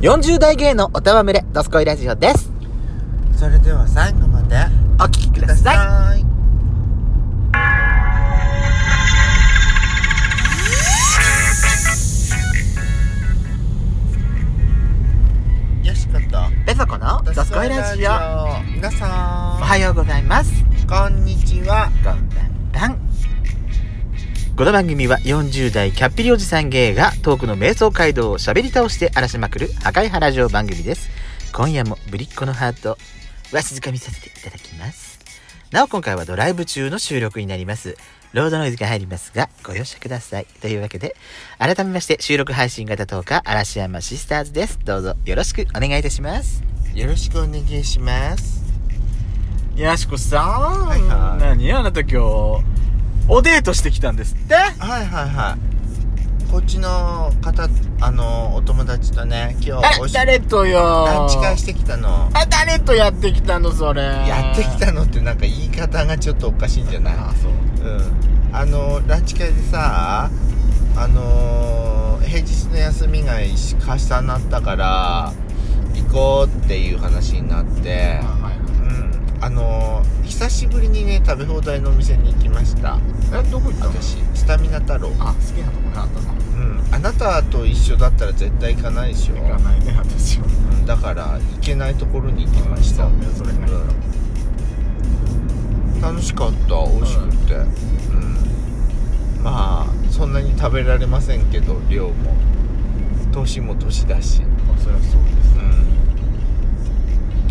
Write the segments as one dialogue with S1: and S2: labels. S1: 40代芸のおたわむれ、ドスコイラジオです。
S2: それでは最後まで
S1: お聞きく
S2: く
S1: ださい。
S2: いよしこと
S1: ベソコのドスコイラジオ。
S2: オ皆さん
S1: おはようございます。
S2: こんにちは
S1: こんばんばん。この番組は40代キャッピリおじさん芸がトークの瞑想街道を喋り倒して荒らしまくる破壊原城番組です。今夜もぶりっ子のハートわしづかみさせていただきます。なお今回はドライブ中の収録になります。ロードノイズが入りますがご容赦ください。というわけで改めまして収録配信型10日嵐山シスターズです。どうぞよろしくお願いいたします。
S2: よろしくお願いします
S3: やしこさん、
S2: はいはい
S3: 何あなた今日おデートしてきたんですって
S2: はいはいはいこっちの方あのお友達とね今
S3: あ
S2: 日おいし
S3: 誰とよ
S2: ランチ会してきたの
S3: あ誰とやってきたのそれ
S2: やってきたのってなんか言い方がちょっとおかしいんじゃない
S3: あそう
S2: うんあのランチ会でさあのー平日の休みが重なったから行こうっていう話になってうんあのー久しぶりにね食べ放題のお店に行きました
S3: えどこ行ったの
S2: 私スタミナ太郎
S3: あ好きなとこにあったの
S2: うんあなたと一緒だったら絶対行かないでしょ、
S3: 行かないね私は
S2: うんだから行けないところに行きました、
S3: そうねそれがいいから
S2: うん楽しかった美味しくて、うんまあそんなに食べられませんけど量も年も年だし
S3: あそりゃそうです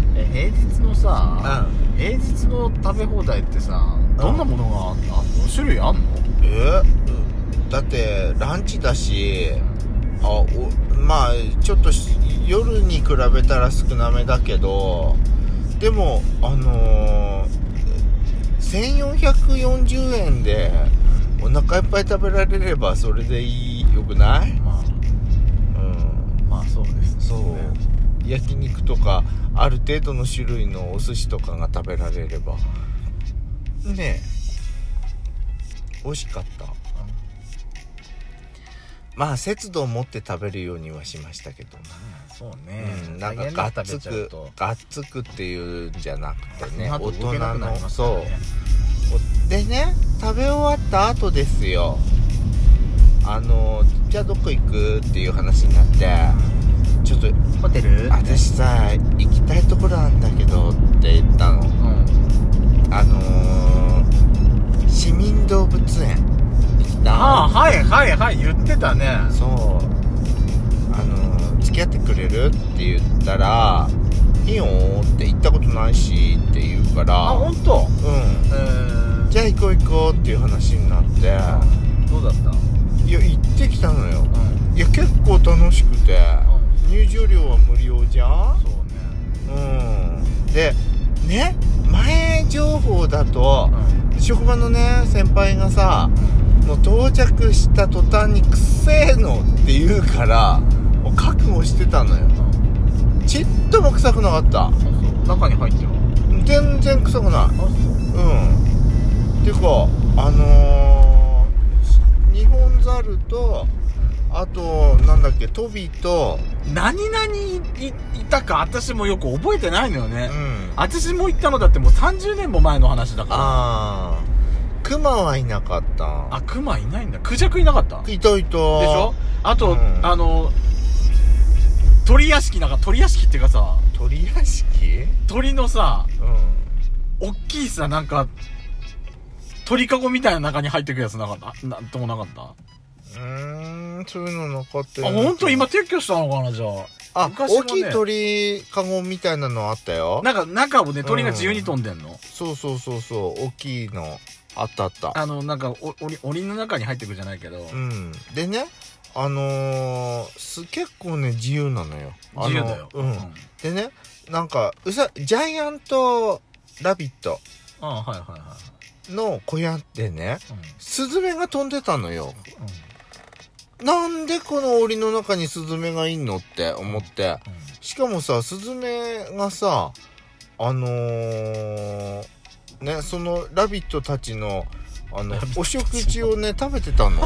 S2: う
S3: ね
S2: ん
S3: え平日のさ、
S2: う
S3: 平日の食べ放題ってさどんなものがあんのあんの種類あんの
S2: えうんだってランチだしあおまあちょっとし夜に比べたら少なめだけどでもあのー、1440円でお腹いっぱい食べられればそれでいいよくない
S3: ま
S2: うん
S3: あまあそうですね
S2: そう、焼肉とかある程度の種類のお寿司とかが食べられればねえ美味しかったまあ節度を持って食べるようにはしましたけどね、
S3: そうね、
S2: うん、なんかがっつくがっつくっていうんじゃなくてね大人のそうおでね食べ終わった後ですよあのじゃあどこ行くっていう話になってちょっと
S1: ホテル
S2: 私さ行きたいところなんだけどって言ったの
S3: うん
S2: あのー、市民動物園行きたい
S3: ああはいはいはい言ってたね
S2: そうあのー、付き合ってくれるって言ったら「いいよ」って行ったことないしって言うから
S3: あ
S2: う
S3: 本当。
S2: ん
S3: えー、
S2: じゃあ行こう行こうっていう話になっていや
S3: どうだった
S2: 行ってきたのよ
S3: うん
S2: いや結構楽しくて入場料は無料じゃん
S3: そうね
S2: うんでね前情報だと職場のね先輩がさもう到着した途端に「くせえの」って言うからもう覚悟してたのよちっとも臭くなかった
S3: うん中に入っては
S2: 全然臭くない
S3: あそう
S2: うんていうかあのー、ニホンザルとあとなんだっけトビと
S3: 何々いいたか私もよく覚えてないのよ
S2: う
S3: ね、
S2: ん
S3: 私も行ったのだってもう30年も前の話だから
S2: あークマはいなかった
S3: あクマいないんだクジャクいなかったでし
S2: いたいたでし
S3: ょあと、
S2: うん
S3: あの鳥屋敷なんか鳥屋敷っていうかさ
S2: 鳥屋敷
S3: 鳥のさ
S2: うん
S3: おっきいさ、なんか、鳥かごみたいな中に入ってくやつなかったなんともなかった。あ、
S2: うーんそういうのなかったよね
S3: ほんと今撤去したのかな、じゃあ。
S2: あ、
S3: 昔は
S2: 大
S3: ね
S2: きい鳥かごみたいなのあったよ
S3: なんか中をね、鳥が自由に飛んでんの。
S2: そうそうそうそう大きいのあったあった
S3: あの、なんか、お、おり、檻の中に入ってくじゃないけど、
S2: うんでねあのー、す結構ね自由なのよあの
S3: 自由だよ。
S2: うん
S3: あ
S2: でねなんかうさジャイアントラビット
S3: あ、はいはいは
S2: の小屋でね
S3: い。うん
S2: スズメが飛んでたのよなんでこの檻の中にスズメがいんのって思って
S3: うん
S2: しかもさスズメがさあのー、ねそのラビットたちのあの
S3: ラビッ ト
S2: お食事をね食べてたの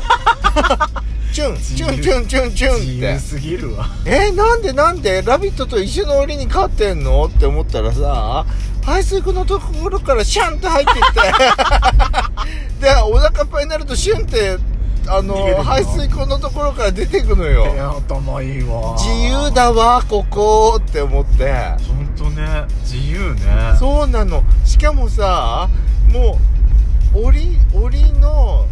S2: チュンチュンチュンチュンチュン
S3: 自
S2: って
S3: 由すぎるわ
S2: えなんでなんで「ラビット!」と一緒の檻に飼ってんのって思ったらさ排水口のところからシャンって入ってって でお腹いっぱいになるとシュンってあ
S3: 逃げて
S2: の
S3: くの
S2: 排水口のところから出てくのよ
S3: 手頭いいわ
S2: 自由だわここって思って
S3: ほんとね自由ね
S2: そうなのしかもさもう檻檻の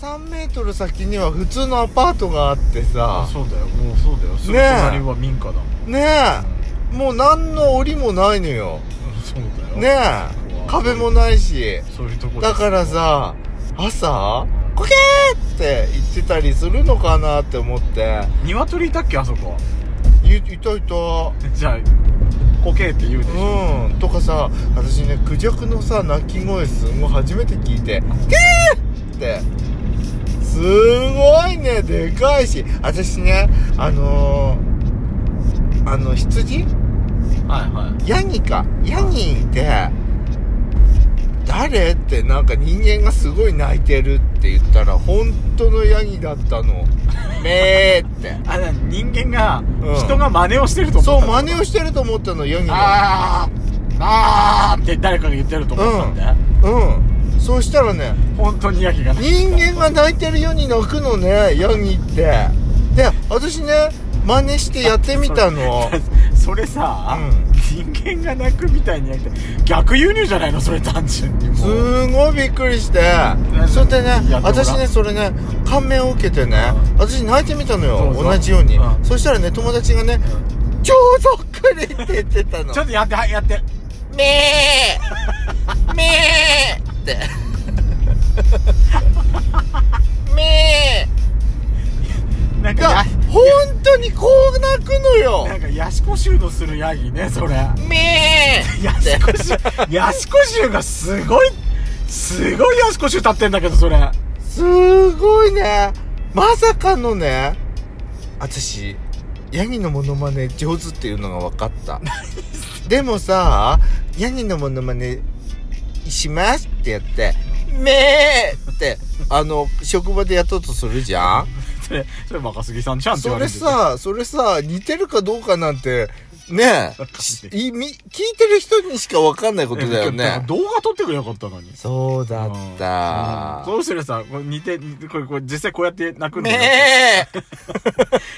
S2: 3メートル先には普通のアパートがあってさ
S3: そうだよもうそうだよすぐ
S2: ねえ
S3: 隣は民家だもん、
S2: ねえもう何の檻もないのよ
S3: うんそうだよ
S2: ねえ壁もないし
S3: そういうとこ
S2: だからさ朝「コケー!」って言ってたりするのかなって思って
S3: 鶏いたっけあそ こ
S2: いいたいた
S3: じゃあこけって言うでしょ、
S2: うんとかさ私ねクジャクのさ鳴き声すんごい初めて聞いて「ゲー!」ってすごいねでかいし私ねあのー、あの羊
S3: はいはい
S2: ヤギかヤギって誰ってなんか人間がすごい泣いてるって言ったら本当のヤギだったの「めー」 って
S3: あだから人間が、
S2: うん
S3: 人が真似をしてると思
S2: そ
S3: っ
S2: う
S3: た
S2: 真似をしてると思ったのヤギが。
S3: あーあーって誰かが言ってると思ったんで、
S2: うんそうしたらね
S3: 本当にヤギがね
S2: 人間が泣いてるように泣くのねヤギってで私ね真似してやってみた の
S3: それさ、
S2: うん
S3: 人間が泣くみたいにやって逆輸入じゃないのそれ単純に
S2: す
S3: もう
S2: ごいびっくりして
S3: ん
S2: それでね
S3: やってごらん
S2: 私ねそれね感銘を受けてね私泣いてみたの
S3: そ
S2: よ
S3: うそう
S2: 同じように
S3: うん
S2: そしたらね友達がね「超そっくり」って言ってたの
S3: ちょっとやってはいやって
S2: 「めーめー」って「めー
S3: なん」か
S2: が
S3: や
S2: 本当にこう泣くのよ
S3: なんかヤシコ臭のするヤギねそれ
S2: 「めー」
S3: ヤシコ臭ヤシコ臭がすごいすごいヤシコ臭立ってんだけどそれ
S2: すごいねまさかのね私ヤギのモノマネ上手っていうのが分かったでもさヤギのモノマネしますってやって「めー!」ってあの職場でやったとするじゃん
S3: それそれ若杉さんちゃんって
S2: そ
S3: 言われ
S2: れ
S3: るんだよ
S2: さそれさ似てるかどうかなんてね
S3: わかんない
S2: えしいみ聞いてる人にしか分かんないことだよ
S3: えだから
S2: ね
S3: 動画撮ってくれよかったのに
S2: そうだった
S3: うんそうするとさ、こう似て、似てこれ、これ実際こうやって泣くんだよ。
S2: め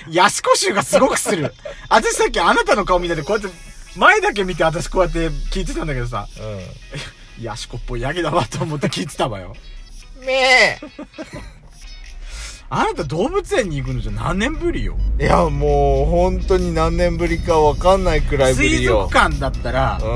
S2: ー
S3: ヤシコ臭がすごくする。私さっきあなたの顔見てて、こうやって、前だけ見て私こうやって聞いてたんだけどさ、ヤシコっぽいヤギだわと思って聞いてたわよ。
S2: めー
S3: あなた動物園に行くのじゃ何年ぶりよ。
S2: いや、もう、本当に何年ぶりかわかんないくらいぶ
S3: 水
S2: り
S3: 族
S2: よ。
S3: 館だったら、
S2: う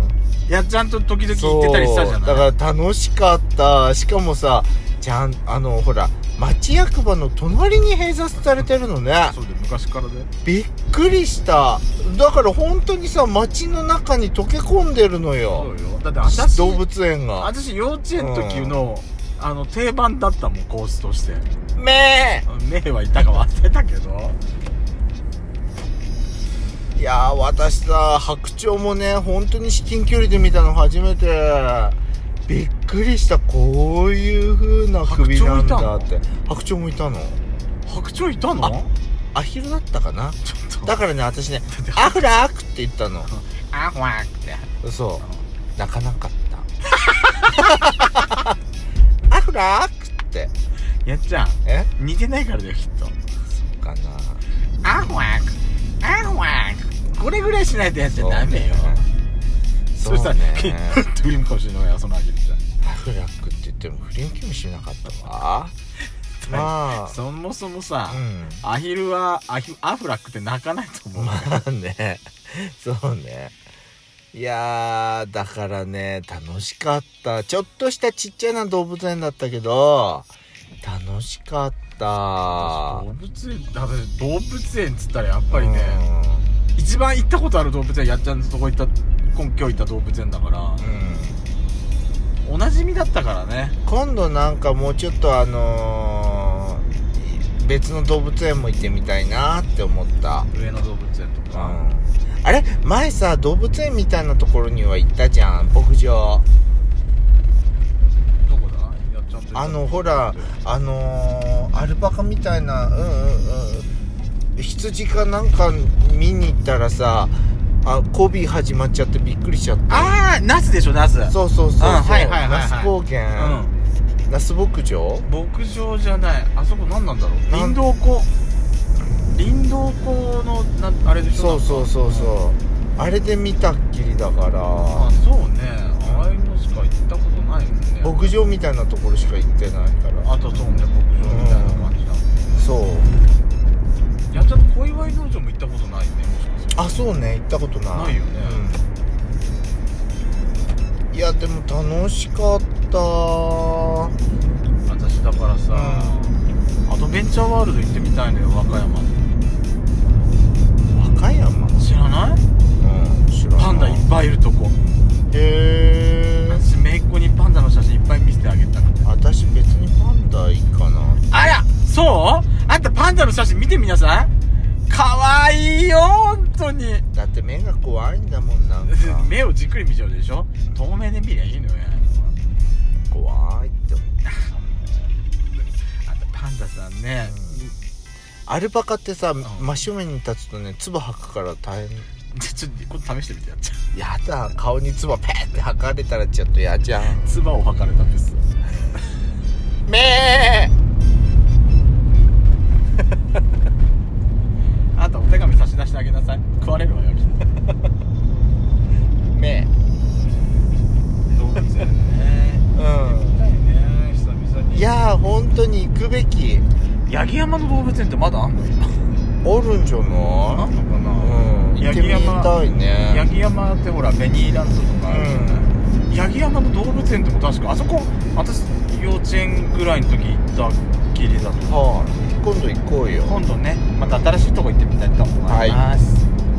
S2: ん。
S3: やっちゃんと時々行
S2: そ
S3: っ
S2: う
S3: てたりしたじゃない
S2: だから楽しかった。しかもさ、ちゃん、あの、ほら、町役場の隣に併設されてるのね。
S3: そうだよ、昔からで。
S2: びっくりした。だから本当にさ、町の中に溶け込んでるの
S3: そ
S2: よ。
S3: うよ。だって私、
S2: 動物園が。
S3: 私幼稚園の時の、あの、定番だったもん、コースとして。
S2: め
S3: 目はいたか忘れたけど。
S2: ーいやー、私さ、白鳥もね、本当に至近距離で見たの初めて。びっくりした。こういう風な首なんだって。白鳥もいたの
S3: 白鳥いたの
S2: アヒルだったかな
S3: ちょっと
S2: だからね私 ね
S3: って
S2: 「アフラーク」って言ったの
S3: あほわって
S2: そう泣かなかった アフラークって
S3: やっちゃん
S2: え
S3: 似てないからだよきっと
S2: かな
S3: あほわくあほわくこれぐらいしないとやっちゃダメよ
S2: そう
S3: した
S2: ね
S3: ら ふっと振り向くかもしれないわよそのあげるじゃ
S2: アフラークって言っても振り向きもしなかった わま
S3: んそもそもさ
S2: あうん
S3: アヒルはアヒアフラックって泣かないと 思う
S2: まあねそうねいやーだからね楽しかったちょっとしたちっちゃな動物園だったけど楽しかった
S3: 動物園だって動物園っつったらやっぱりね一番行ったことある動物園やっちゃんのとこ行った今今日行った動物園だから
S2: うん、うん
S3: おなじみだったからね
S2: 今度なんかもうちょっとあのー別の動物園も行ってみたいなって思った、
S3: 上野動物園と
S2: うん
S3: か、
S2: あれ前さ動物園みたいなところには行ったじゃん牧場
S3: どこだやっちゃん
S2: あのほらあのーアルパカみたいなうんうんうん羊かなんか見に行ったらさあ交尾始まっちゃってびっくりしちゃった
S3: ああナスでしょナス
S2: そうそうそうそう、
S3: うんはいはいはいはい
S2: 那須高原、
S3: う
S2: 那須牧場
S3: ん牧場じゃないあそこ何なんだろう
S2: なん
S3: 林道湖林道湖のなあれでし
S2: そ
S3: ょ
S2: うそうそうそう、あれで見たっきりだから、
S3: あそうねああいうのしか行ったことないもんね
S2: 牧場みたいなところしか行ってないから
S3: あとそうね牧場みたいな感じだもん
S2: そう
S3: やっちゃんと小祝農場も行ったことないねもしかして
S2: あそうね行ったことない
S3: ないよね
S2: うんいやでも楽しかった
S3: 私だからさ、アドベンチャーワールド行ってみたいのよ和歌山に
S2: 和歌山うん
S3: 知らない
S2: 知らない
S3: パンダいっぱいいるとこ
S2: へえ
S3: 私姪っ子にパンダの写真いっぱい見せてあげたくて
S2: 私別にパンダいいかな
S3: あらそうあんたパンダの写真見てみなさいかわいいよ本当に
S2: だって目が怖いんだもん なんか
S3: 目をじっくり見ちゃうでしょ透明で見りゃいいのよ
S2: 怖いって思う
S3: あんたパンダさんね、
S2: アルパカってさ、
S3: ん
S2: 真正面に立つとね唾吐くから大変
S3: じゃちょっと今度試してみてやっちゃ
S2: やだ顔に唾ペンって吐かれたらちょっとやじゃん
S3: う唾を吐かれたんです
S2: め
S3: あんたお手紙差し出してあげなさい食われるわよきっと
S2: ーめ
S3: 動物園ね
S2: ー
S3: 痛いね久々
S2: うん
S3: に
S2: いやー本当に行くべき
S3: 八木山の動物園ってまだあんの
S2: おるんじゃな
S3: あ
S2: い
S3: んのかな、
S2: うん行
S3: 八
S2: って
S3: 木
S2: み
S3: 山
S2: たい
S3: 八
S2: ね
S3: 木山ってほらベニーランドとかあるじゃない、八木山の動物園っても確かあそこ私幼稚園ぐらいの時行ったきりだと
S2: はい今度行こうよ
S3: 今度ねまた新しいとこ行ってみたいと思います、
S2: はい